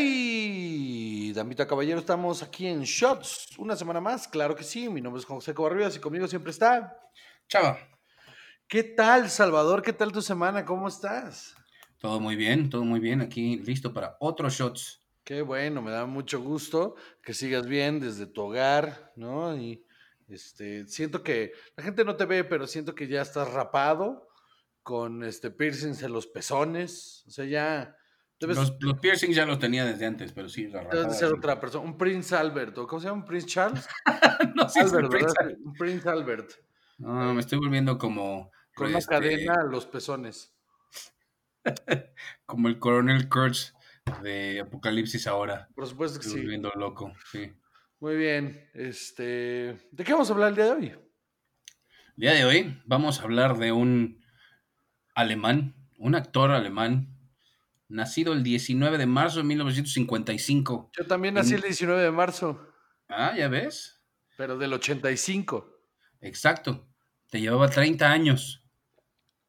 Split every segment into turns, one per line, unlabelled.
Hey, damita caballero, estamos aquí en Shots una semana más, claro que sí. Mi nombre es José Covarrubias y conmigo siempre está.
Chava,
¿Qué tal, Salvador? ¿Qué tal tu semana? ¿Cómo estás?
todo muy bien, todo muy bien. Aquí listo para otros shots.
Qué bueno, me da mucho gusto que sigas bien desde tu hogar, ¿no? Y este, siento que la gente no te ve, pero siento que ya estás rapado con este piercings en los pezones, o sea, ya debes,
Los, los piercings ya los tenía desde antes, pero sí, la
debes de
rapada
ser
sí.
otra persona, un Prince Albert, ¿o cómo se llama? ¿Un Prince Charles?
No, sí,
Albert,
sorpresa.
¿verdad? Un Prince Albert.
No, me estoy volviendo como,
Con una
este,
cadena a los pezones.
como el coronel Kurtz de Apocalipsis ahora.
Por supuesto que
Estoy
sí.
volviendo loco, sí.
Muy bien. Este, ¿De qué vamos a hablar el día de hoy?
El día de hoy vamos a hablar de un alemán, un actor alemán, nacido el 19 de marzo de 1955.
Yo también nací el 19 de marzo,
Ah, ya ves.
pero del 85.
Exacto. Te llevaba 30 años.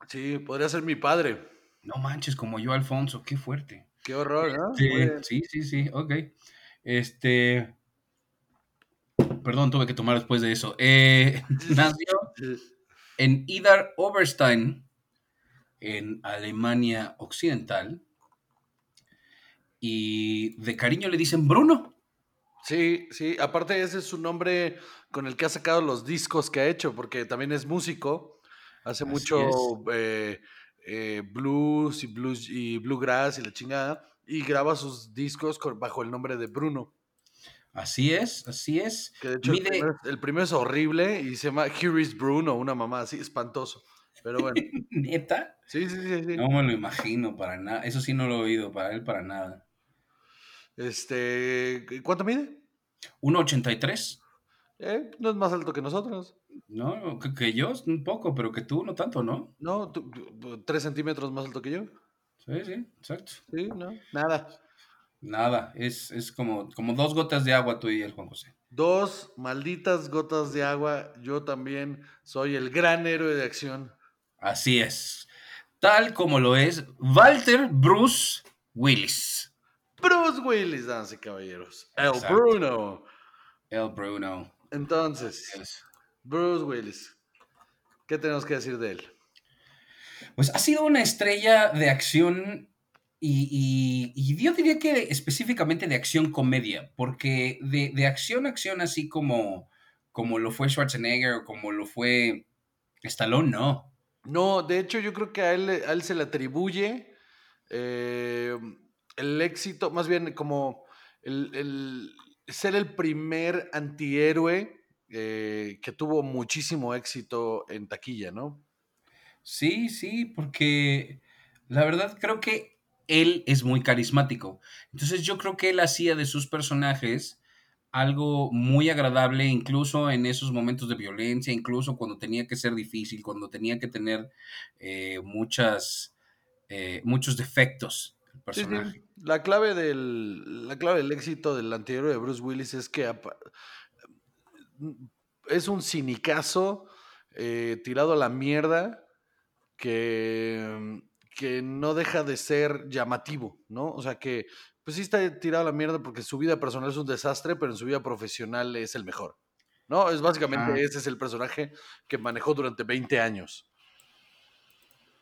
Sí, podría ser mi padre.
No manches, como yo, Alfonso, qué fuerte.
Qué horror, ¿no?
Sí,
Muy bien.
sí, sí, sí, ok. Este. Perdón, tuve que tomar después de eso. Eh, nació en Idar Oberstein, en Alemania Occidental. Y de cariño le dicen Bruno.
Sí, sí. Aparte, ese es su nombre con el que ha sacado los discos que ha hecho, porque también es músico. Hace
Así
mucho
es.
eh, eh, blues y blues y bluegrass y la chingada. Y graba sus discos con- bajo el nombre de Bruno.
Así es, así es.
Que de hecho el
Mide-
primero, el primero es horrible y se llama Here is Bruno, una mamá así, espantoso. Pero bueno,
Neta.
sí, sí, sí, sí.
No me lo imagino para nada. Eso sí no lo he oído para él para nada.
Este, ¿cuánto mide?
1.83.
Eh, no es más alto que nosotros.
No, que, que yo un poco, pero que tú no tanto, ¿no?
No, tú- tú- tres centímetros más alto que yo.
Sí, sí, exacto.
Sí, no, nada.
Nada, es, es como, como dos gotas de agua tú y el Juan José.
Dos malditas gotas de agua. Yo también soy el gran héroe de acción.
Así es. Tal como lo es Walter Bruce Willis.
Bruce Willis, damas y caballeros. El
Exacto.
Bruno.
El Bruno.
Entonces,
Es-
Bruce Willis. ¿Qué tenemos que decir de él?
Pues ha sido una estrella de acción y, y- y yo diría que específicamente de acción comedia, porque de, de acción a acción así como, como lo fue Schwarzenegger o como lo fue Stallone, no.
No, de hecho yo creo que a él, le- a él se le atribuye eh, el éxito, más bien como el, el ser el primer antihéroe eh, que tuvo muchísimo éxito en taquilla, ¿no?
Sí, sí, porque la verdad creo que él es muy carismático. Entonces yo creo que él hacía de sus personajes algo muy agradable, incluso en esos momentos de violencia, incluso cuando tenía que ser difícil, cuando tenía que tener eh, muchas, eh, muchos defectos el
Sí, sí.
personaje.
La clave del, la clave del éxito del antihéroe de Bruce Willis es que apa- mm, es un cinicazo eh, tirado a la mierda que, mm, que no deja de ser llamativo, ¿no? O sea que, pues sí está tirado a la mierda porque su vida personal es un desastre, pero en su vida profesional es el mejor. No, es básicamente
Ah.
ese es el personaje que manejó durante 20 años.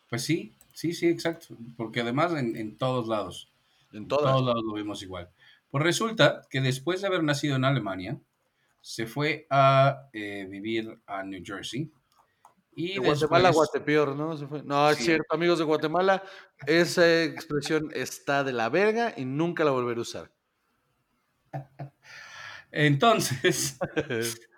Pues sí, sí, sí, exacto. Porque además en- en todos lados.
En
En
todas.
todos lados lo vimos igual. Pues resulta que después de haber nacido en Alemania, se fue a eh, vivir a New Jersey. Y
de Guatemala a
después-
Guatepeor, ¿no? Se fue. No, es
Sí.
cierto, amigos de Guatemala, esa expresión está de la verga y nunca la volveré a usar.
Entonces,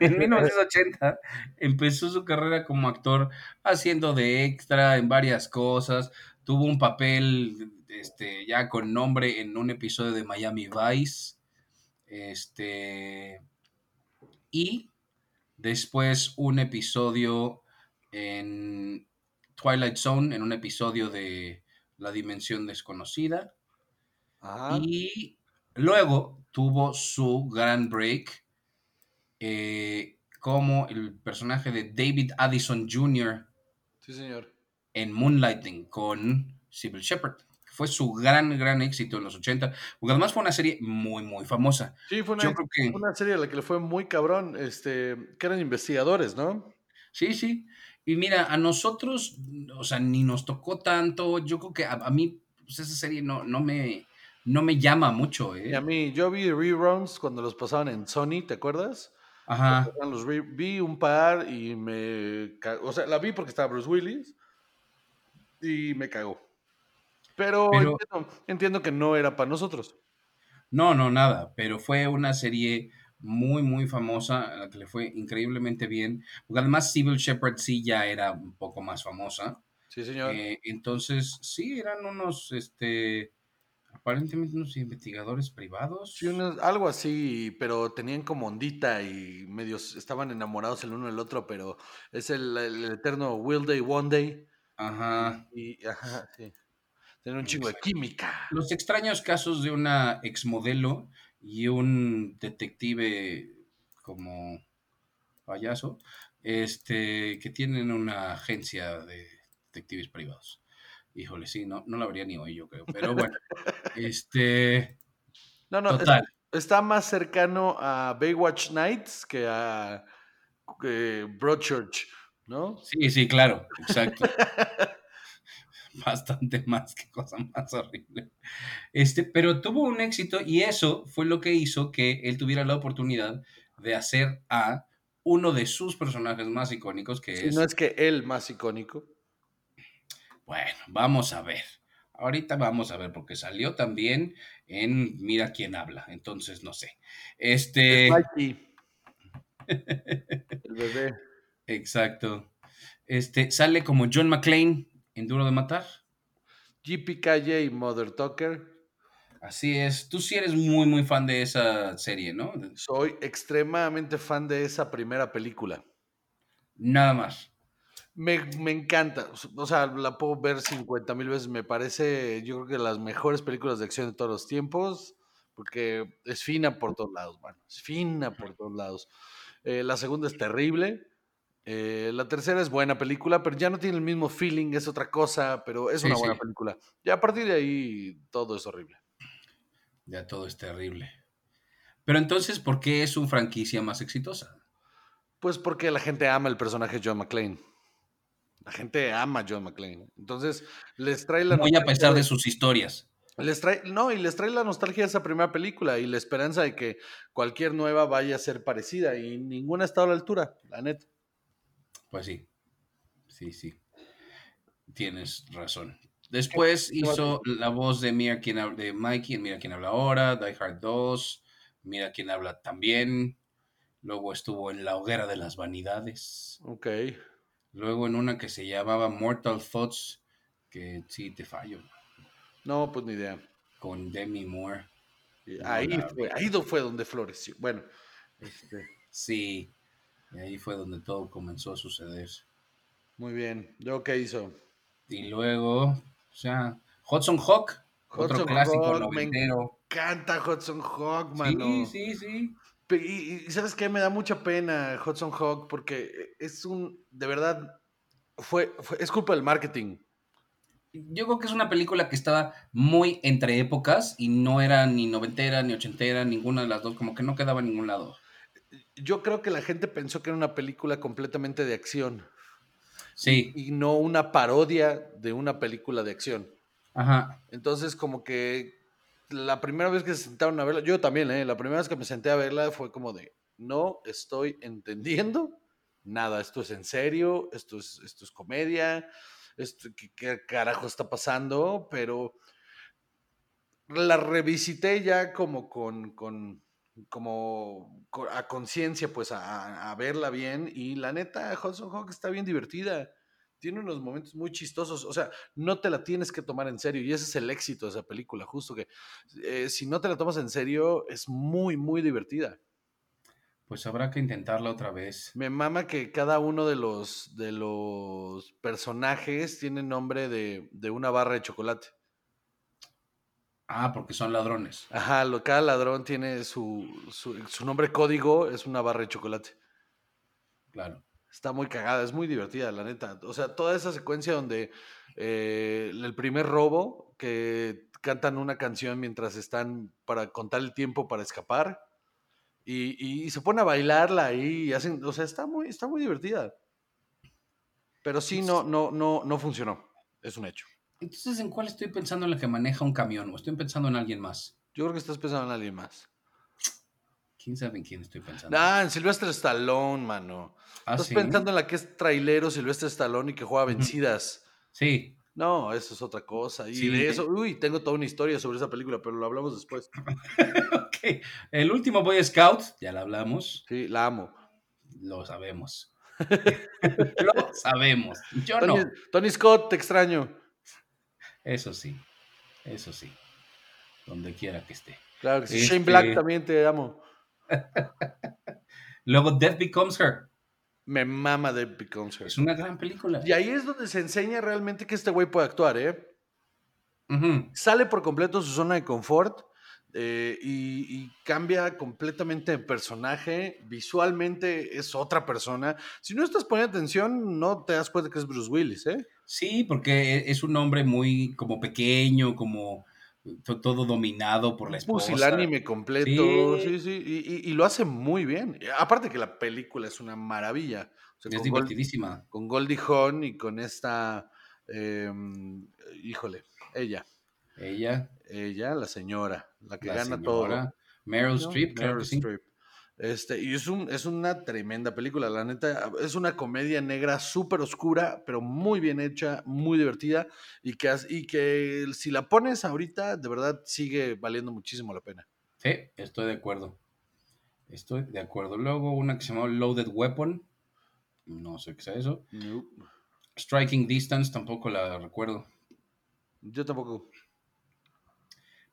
en 1980 empezó su carrera como actor haciendo de extra en varias cosas. Tuvo un papel este, ya con nombre en un episodio de Miami Vice. Este. Y después un episodio en Twilight Zone, en un episodio de La Dimensión Desconocida.
Ajá.
Y luego tuvo su gran break eh, como el personaje de David Addison Jr.
Sí, señor.
en Moonlighting con Sybil Shepherd. que fue su gran, gran éxito en los 80, porque además fue una serie muy, muy famosa.
Sí, fue una,
Yo creo que-
fue una serie a la que le fue muy cabrón, este, que eran investigadores, ¿no?
Sí, sí. Y mira, a nosotros, o sea, ni nos tocó tanto. Yo creo que a, a mí, pues, esa serie no, no, me, no me llama mucho, ¿eh?
Y a mí, yo vi reruns cuando los pasaban en Sony, ¿te acuerdas?
Ajá.
Eran los re- vi un par y me ca- o sea la vi porque estaba Bruce Willis y me cagó pero,
Pero-
entiendo, entiendo que no era para nosotros
No, no, nada. Pero fue una serie muy, muy famosa, a la que le fue increíblemente bien. Porque además, Civil Shepherd sí ya era un poco más famosa.
sí señor
Eh, entonces, sí, eran unos, este, aparentemente unos investigadores privados.
Sí, unas- algo así pero tenían como ondita y medios estaban enamorados el uno del otro pero es el, el eterno will day one day
Ajá.
y ajá, sí. tenían
Mm,
un chingo de química
Los extraños casos de una exmodelo y un detective como payaso, este, que tienen una agencia de detectives privados. Híjole, sí, no, no la habría ni hoy, yo creo. Pero bueno, este,
no no es-
total.
está más cercano a Baywatch Nights que a eh, Broadchurch ¿no?
Sí, sí, claro, exacto. Bastante más, qué cosa más horrible. Este, pero tuvo un éxito y eso fue lo que hizo que él tuviera la oportunidad de hacer a uno de sus personajes más icónicos, que
Si
es,
no es que el más icónico.
bueno, vamos a ver. Ahorita vamos a ver, porque salió también en Mira quién habla, entonces no sé. Este,
Mikey. el bebé.
exacto. Este, sale como John McClane en Duro de Matar.
GPKJ Mother Tucker.
Así es. Tú sí eres muy, muy fan de esa serie, ¿no? De-
Soy extremadamente fan de esa primera película.
Nada más.
Me, me encanta. O sea, la puedo ver 50 mil veces. Me parece, yo creo que las mejores películas de acción de todos los tiempos. Porque es fina por todos lados, mano. Es fina por todos lados. Eh, la segunda es terrible. Eh, la tercera es buena película, pero ya no tiene el mismo feeling, es otra cosa, pero es
Sí,
una buena
sí.
película. Ya a partir de ahí todo es horrible.
Ya todo es terrible. Pero entonces, ¿por qué es su franquicia más exitosa?
Pues porque la gente ama el personaje John McClane. La gente ama a John McClane. Entonces, les trae la
Muy a
nostalgia
pesar de sus historias.
Les trae, no, y les trae la nostalgia de esa primera película y la esperanza de que cualquier nueva vaya a ser parecida y ninguna ha estado a la altura, la neta.
Pues sí. Sí, sí. Tienes razón. Después hizo la voz de Mira quién habla, de Mikey en Mira quién habla ahora, Die Hard 2, Mira quién habla también. Luego estuvo en La hoguera de las vanidades.
Ok.
Luego en una que se llamaba Mortal Thoughts, que sí te fallo,
No, pues ni idea.
con Demi Moore. No
Ahí
la
fue, ahí do- fue donde floreció. Bueno, este,
Sí, y ahí fue donde todo comenzó a suceder.
muy bien. ¿Yo qué hizo?
Y luego, o sea, Hudson Hawk, otro
Hudson
clásico
Hawk, me
noventero.
Canta Hudson Hawk, mano.
Sí, sí, sí.
Pe- Y, y sabes qué, me da mucha pena Hudson Hawk porque es un, de verdad, fue, fue- es culpa del marketing.
Yo creo que es una película que estaba muy entre épocas y no era ni noventera ni ochentera, ninguna de las dos, como que no quedaba en ningún lado.
Yo creo que la gente pensó que era una película completamente de acción
Sí,
y no una parodia de una película de acción.
ajá,
Entonces, como que la primera vez que se sentaron a verla, yo también, ¿eh? la primera vez que me senté a verla fue como de, no estoy entendiendo nada, esto es en serio, esto es, esto es comedia, esto, ¿qué, qué carajo está pasando? Pero la revisité ya como con, con como co- a conciencia, pues a- a, a verla bien y la neta, Hudson Hawk está bien divertida. Tiene unos momentos muy chistosos, o sea, no te la tienes que tomar en serio y ese es el éxito de esa película, justo que eh, si no te la tomas en serio es muy, muy divertida.
pues habrá que intentarla otra vez.
Me mama que cada uno de los, de los personajes tiene nombre de, de una barra de chocolate.
Ah, porque son ladrones.
Ajá, lo, cada ladrón tiene su, su, su nombre código, es una barra de chocolate.
Claro.
Está muy cagada, es muy divertida, la neta. O sea, toda esa secuencia donde eh, el primer robo, que cantan una canción mientras están para contar el tiempo para escapar, y, y, y se pone a bailarla ahí, y hacen, o sea, está muy, está muy divertida. Pero sí, no, no, no, no funcionó, es un hecho.
Entonces, ¿en cuál estoy pensando en la que maneja un camión? ¿O estoy pensando en alguien más?
Yo creo que estás pensando en alguien más.
¿Quién sabe en quién estoy pensando?
Ah, en Silvestre Stallone, mano.
Ah,
Estás
sí.
pensando en la que es trailero Silvestre Stallone y que juega vencidas.
Sí.
No, eso es otra cosa. Y
Sí.
de eso, uy, tengo toda una historia sobre esa película, pero lo hablamos después.
Ok. El último Boy Scout, ya lo hablamos,
Sí, la amo.
lo sabemos. lo sabemos. Yo no.
Tony, Tony Scott, te extraño.
Eso sí. Eso sí. Donde quiera que esté.
Claro que sí.
Este-
Shane Black también te amo.
Luego Death Becomes Her.
Me mama de Becomes Her.
Es una gran película.
Y ahí es donde se enseña realmente que este güey puede actuar, ¿eh?
Ujú.
sale por completo de su zona de confort eh, y, y cambia completamente de personaje. Visualmente es otra persona. Si no estás poniendo atención, no te das cuenta que es Bruce Willis, ¿eh?
Sí, porque e- es un hombre muy como pequeño, como to- todo dominado por la esposa.
Pusilánime Pues, completo. Sí,
Sí.
sí. y, y- y lo hace muy bien. Aparte que la película es una maravilla. O sea,
Es
con, Gold-
divertidísima.
con Goldie Hawn y con esta. eh, híjole, ella.
Ella,
Ella, la señora, la que
la
gana todo.
señora. Meryl
¿no?
Streep, claro
Meryl
que sí.
Streep. Este, y es, un, es una tremenda película, la neta. Es una comedia negra súper oscura, pero muy bien hecha, muy divertida. Y que, has- y que si la pones ahorita, de verdad sigue valiendo muchísimo la pena.
Sí, estoy de acuerdo. Estoy de acuerdo. Luego una que se llamaba Loaded Weapon. No sé qué sea eso. Striking Distance tampoco la recuerdo.
Yo tampoco.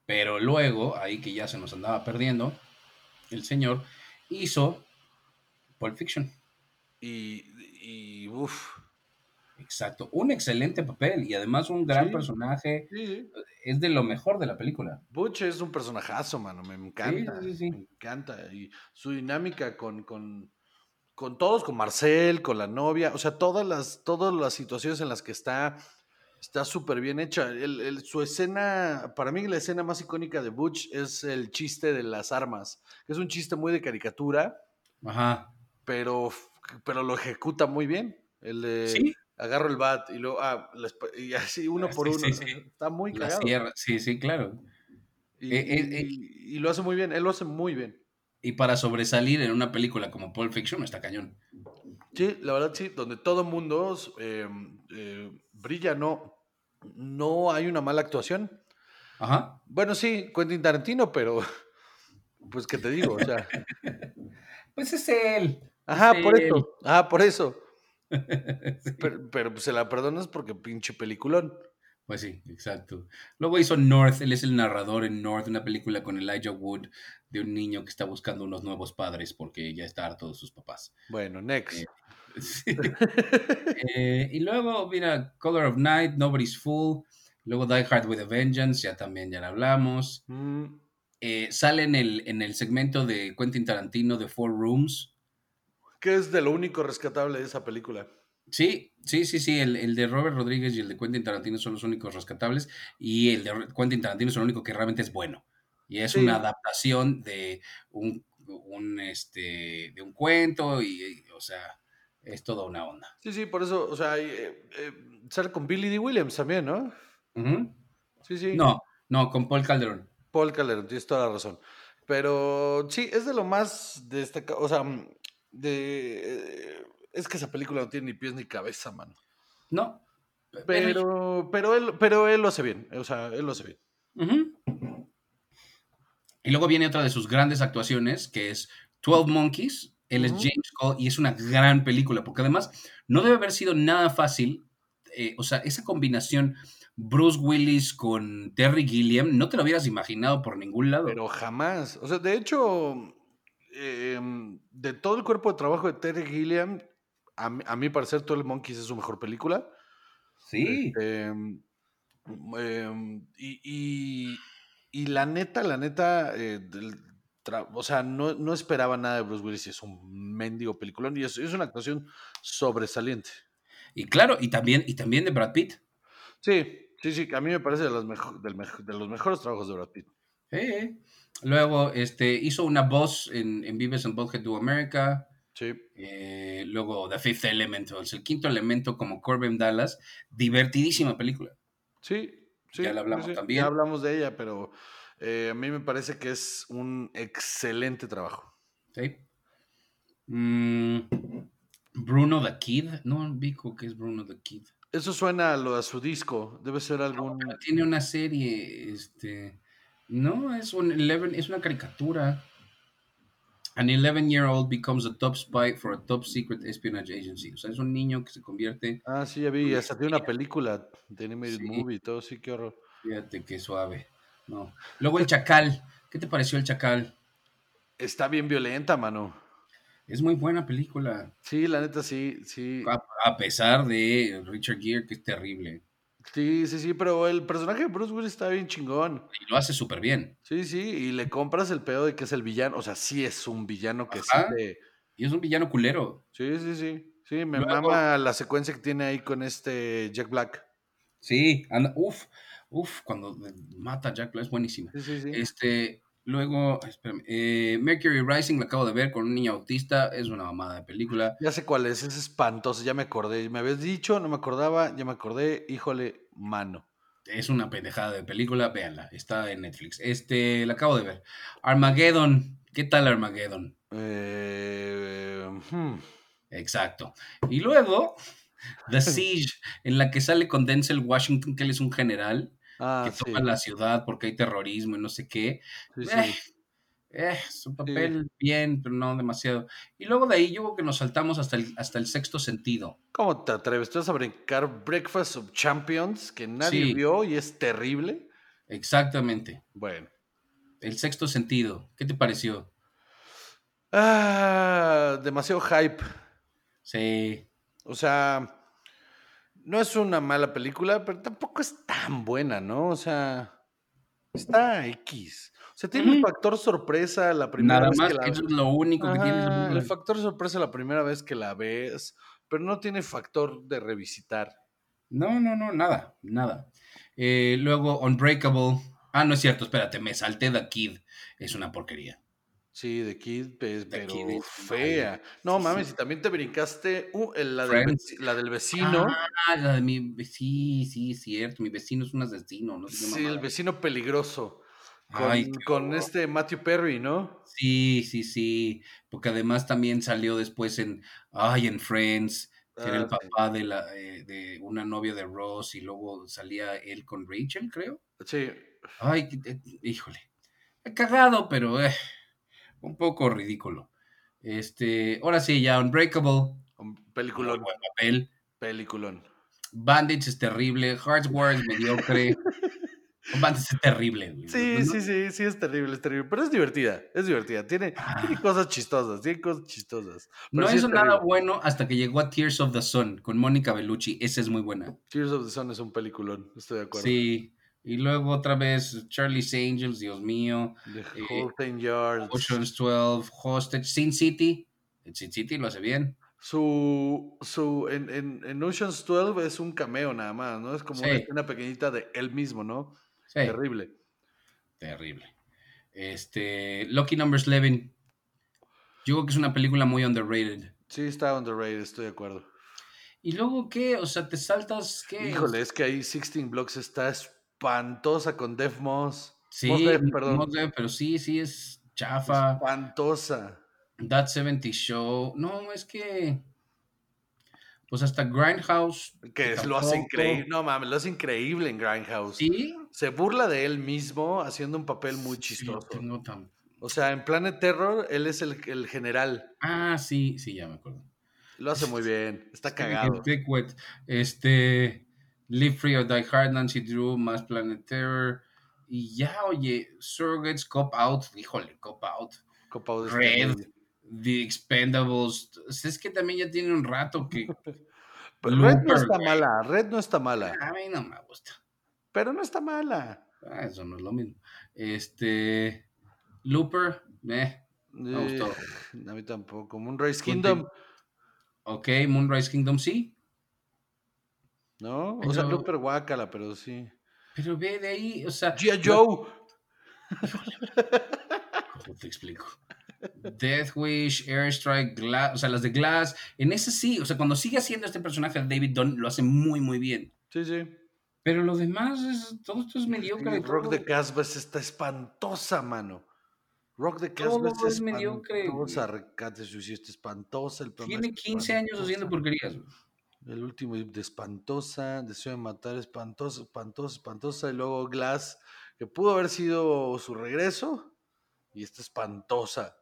Pero luego, ahí que ya se nos andaba perdiendo, el señor hizo Pulp Fiction.
Y, y uff.
Exacto. Un excelente papel y además un gran
Sí.
personaje.
Sí, sí.
Es de lo mejor de la película.
Butch es un personajazo, mano. Me encanta.
Sí, sí, sí.
Me encanta. Y su dinámica con, con, con todos, con Marcel, con la novia. O sea, todas las, todas las situaciones en las que está. Está súper bien hecha. El- el- su escena, para mí la escena más icónica de Butch es el chiste de las armas. Es un chiste muy de caricatura,
Ajá.
pero, pero lo ejecuta muy bien. El de
Sí.
agarro el bat y luego, ah, la esp- y así uno
Ah,
por
sí,
uno.
sí, sí.
Está muy
La
cagado.
sierra. Sí, sí, claro.
Y,
Eh, eh, eh.
y- y lo hace muy bien, él lo hace muy bien.
Y para sobresalir en una película como Pulp Fiction está cañón.
Sí, la verdad sí, donde todo mundo eh, eh, brilla, no, no hay una mala actuación.
Ajá.
Bueno, sí, Quentin Tarantino, pero pues qué te digo, o sea.
Pues es él.
Ajá,
Es
por
él.
eso, ajá, por eso.
Sí.
Pero, pero, pues, se la perdonas porque pinche peliculón.
Pues sí, exacto. Luego hizo North, él es el narrador en North, una película con Elijah Wood de un niño que está buscando unos nuevos padres porque ya está harto de sus papás.
Bueno, next.
Eh. Sí. Eh, y luego, mira, Color of Night, Nobody's Fool. Luego Die Hard with a Vengeance, ya también ya la hablamos.
Mm,
Eh, sale en el, en el segmento de Quentin Tarantino de Four Rooms.
¿Qué es de lo único rescatable de esa película?
Sí, sí, sí, sí, el, el de Robert Rodríguez y el de Quentin Tarantino son los únicos rescatables y el de Ro- Quentin Tarantino es el único que realmente es bueno. Y es
Sí.
una adaptación de un, un, este, de un cuento y, y, o sea, es toda una onda.
Sí, sí, por eso, o sea, y, eh, eh, sale con Billy D. Williams también, ¿no?
Ujú.
Sí, sí.
No, no, con Paul Calderón.
Paul Calderón, tienes toda la razón. Pero sí, es de lo más destacado. O sea, mm, de. eh, Es que esa película no tiene ni pies ni cabeza, mano.
No, pe- pero...
Pero, pero él, pero él lo hace bien. O sea, él lo hace bien.
Ujú. Y luego viene otra de sus grandes actuaciones, que es 12 Monkeys. Él es
Ujú.
James Cole y es una gran película, porque además no debe haber sido nada fácil. eh, o sea, esa combinación Bruce Willis con Terry Gilliam no te lo hubieras imaginado por ningún lado.
Pero jamás. O sea, de hecho, em, de todo el cuerpo de trabajo de Terry Gilliam, a, mi- a mi parecer, Twelve Monkeys es su mejor película.
sí.
Este, mm, em, y, y- y la neta, la neta, eh, del- o sea, no, no, esperaba nada de Bruce Willis y es un mendigo peliculón y es, es, una actuación sobresaliente.
Y claro, y también, y también de Brad Pitt.
Sí, sí, sí, a mí me parece de los, mejo, del mejo, de los mejores trabajos de Brad Pitt.
Sí. Luego este, hizo una voz en, en Vives en Bullhead to America.
Sí.
Eh, luego The Fifth Element, o sea, el quinto elemento como Corbin Dallas. Divertidísima película.
Sí, sí.
Ya la hablamos
sí,
también.
Ya hablamos de ella, pero... Eh, a mí me parece que es un excelente trabajo.
Sí. Mm, Bruno the Kid. No ubico que es Bruno the Kid.
Eso suena a, lo, a su disco. Debe ser algún.
No, tiene una serie. Este. No, es un 11, es una caricatura. An 11 year old becomes a top spy for a top secret espionage agency. O sea, es un niño que se convierte.
Ah, sí, ya vi. Hasta tiene una película de animated sí. movie y todo. Sí, qué horror.
Fíjate qué suave. No. Luego el Chacal. ¿Qué te pareció el Chacal?
Está bien violenta, mano.
Es muy buena película.
Sí, la neta, sí, sí.
A, a pesar de Richard Gere, que es terrible.
Sí, sí, sí, pero el personaje de Bruce Willis está bien chingón.
Y lo hace súper bien.
Sí, sí, y le compras el pedo de que es el villano. O sea, sí es un villano que Ajá. sí te...
Y es un villano culero.
Sí, sí, sí. Sí, me Luego... mama la secuencia que tiene ahí con este Jack Black.
Sí, anda, uff. Uf, cuando mata a Jack Black es buenísima.
Sí, sí, sí.
Este, luego, espérame, eh, Mercury Rising la acabo de ver con un niño autista, es una mamada de película.
Ya sé cuál es, es espantoso, ya me acordé, me habías dicho, no me acordaba, ya me acordé, híjole, mano.
Es una pendejada de película, véanla, está en Netflix. Este, la acabo de ver. Armageddon, ¿qué tal Armageddon?
Eh, hmm.
Exacto. Y luego, The Siege, en la que sale con Denzel Washington, que él es un general.
Ah,
que
sí.
toma la ciudad porque hay terrorismo y no sé qué.
Sí,
eh,
sí.
eh, su papel bien, pero no demasiado. Y luego de ahí yo creo que nos saltamos hasta el, hasta el sexto sentido.
¿Cómo te atreves? ¿Tú vas a brincar Breakfast of Champions que nadie vio y es terrible?
Exactamente.
Bueno.
El sexto sentido, ¿qué te pareció?
Ah, demasiado hype.
Sí.
O sea, no es una mala película, pero tampoco es tan buena, ¿no? O sea, está X. O sea, tiene mm. el factor sorpresa la primera
Nada
vez
más
que la
eso es lo único que
Ajá,
tiene esa película.
El factor sorpresa la primera vez que la ves, pero no tiene factor de revisitar.
No, no, no, nada, nada. Eh, luego, Unbreakable. Ah, no es cierto, espérate, me salté The Kid. Es una porquería.
Sí, The Kid, pues,
The
pero
Kid es
fea.
mala.
No
Sí,
mames,
sí.
y también te brincaste uh, el- la, del
Friends.
veci- la del vecino.
Ah, la de mi ve- sí, sí, es cierto. Mi vecino es un asesino, no sé qué
sí, el
mamada.
vecino peligroso. Con,
Ay, qué
con
horror.
este Matthew Perry, ¿no?
Sí, sí, sí. Porque además también salió después en Ay, en Friends, que era
Ah,
el
sí.
papá de la eh, de una novia de Ross, y luego salía él con Rachel, creo.
Sí.
Ay, qué- eh, híjole. Cagado, pero eh, un poco ridículo. Este, ahora sí, ya Unbreakable,
un
muy
Peliculón,
buen papel.
peliculón.
Bandits es terrible, Hearts War es mediocre. Bandits es terrible, güey.
Sí,
pues, No-
sí, sí, sí, es terrible, es terrible. Pero es divertida, es divertida. Tiene,
Ah.
tiene cosas chistosas, tiene cosas chistosas. Pero
No
sí
hizo
es
nada
terrible.
bueno hasta que llegó a Tears of the Sun con Mónica Bellucci. Esa es muy buena.
Tears of the Sun es un peliculón, estoy de acuerdo.
Sí. Y luego otra vez Charlie's Angels, Dios mío.
The
eh,
Whole Ten Yards.
Ocean's 12, Hostage, Sin City. El Sin City lo hace bien.
Su, su, en, en, en Ocean's 12 es un cameo nada más, ¿no? Es como una
Sí.
escena pequeñita de él mismo, ¿no?
Sí,
Terrible.
terrible. Este, Lucky Numbers 11. Yo creo que es una película muy underrated.
Sí, está underrated, estoy de acuerdo.
Y luego, ¿qué? O sea, te saltas, ¿qué?
Híjole, es que ahí 16 Blocks está espantosa con Def Moss. Mos
Sí,
Def,
no
perdón.
sé, pero sí, sí es chafa.
Espantosa.
That 70 Show. No, es que. Pues hasta Grindhouse.
Que es- lo hace
tampoco.
increíble. No mames, lo hace increíble en Grindhouse.
Sí.
Se burla de él mismo haciendo un papel muy
Sí, lo
chistoso.
tengo tam-
O sea, en Planet Terror, él es el, el general.
Ah, sí, sí, ya me acuerdo.
Lo hace muy bien. Está
Stephen
cagado.
Dick Wet, Este. Live Free or Die Hard, Nancy Drew, más Planet Terror. Y ya, oye, Surrogates, Cop Out. Híjole, Cop Out.
Copado de este
Red,
güey.
The Expendables. O sea, Es que también ya tiene un rato que.
Pero Pues, Red no
Looper,
está
güey.
mala. Red no está mala.
A mí no me gusta.
Pero no está mala.
Ah, eso no es lo mismo. Este. Looper, eh, me
Eh,
gustó.
a mí tampoco. Moonrise
Good
Kingdom,
thing. Ok, Moonrise Kingdom sí,
¿no? O sea,
Pero-
Looper Guacala, pero sí.
pero ve de ahí, o sea.
G.I.
yo-
Joe.
¿Cómo te explico? Death Wish, Airstrike, Glass, o sea, las de Glass. En ese sí, o sea, cuando sigue haciendo este personaje de David Dunn, lo hace muy, muy bien.
Sí, sí.
Pero lo demás, es, todo esto es mediocre.
El rock
todo-
de Casbah está espantosa, mano. Rock de
Todo
Casbah está
es mediocre,
espantosa. Rescate de Suicidio está espantosa. El programa
Tiene
está
15 años
espantosa.
haciendo porquerías. güey.
El último de espantosa, deseo de matar espantosa, espantosa, espantosa. Y luego Glass, que pudo haber sido su regreso. Y está espantosa.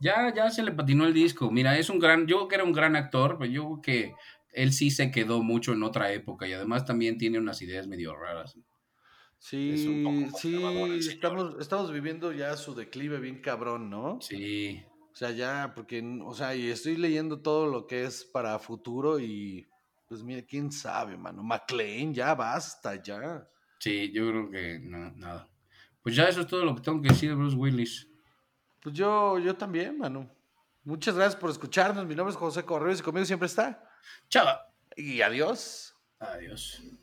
Ya, ya se le patinó el disco. Mira, es un gran, yo creo que era un gran actor, pero yo creo que él sí se quedó mucho en otra época y además también tiene unas ideas medio raras. Es un poco
Sí,
conservador
sí,
el señor.
estamos, estamos viviendo ya su declive bien cabrón, ¿no?
Sí,
O sea, ya, porque, n- o sea, y estoy leyendo todo lo que es para futuro y, pues mira, quién sabe, mano. McLean, ya basta, ya.
sí, yo creo que no, nada. Pues ya eso es todo lo que tengo que decir de Bruce Willis.
Pues yo, yo también, mano. Muchas gracias por escucharnos. Mi nombre es José Correos y conmigo siempre está.
Chava.
Y adiós.
Adiós.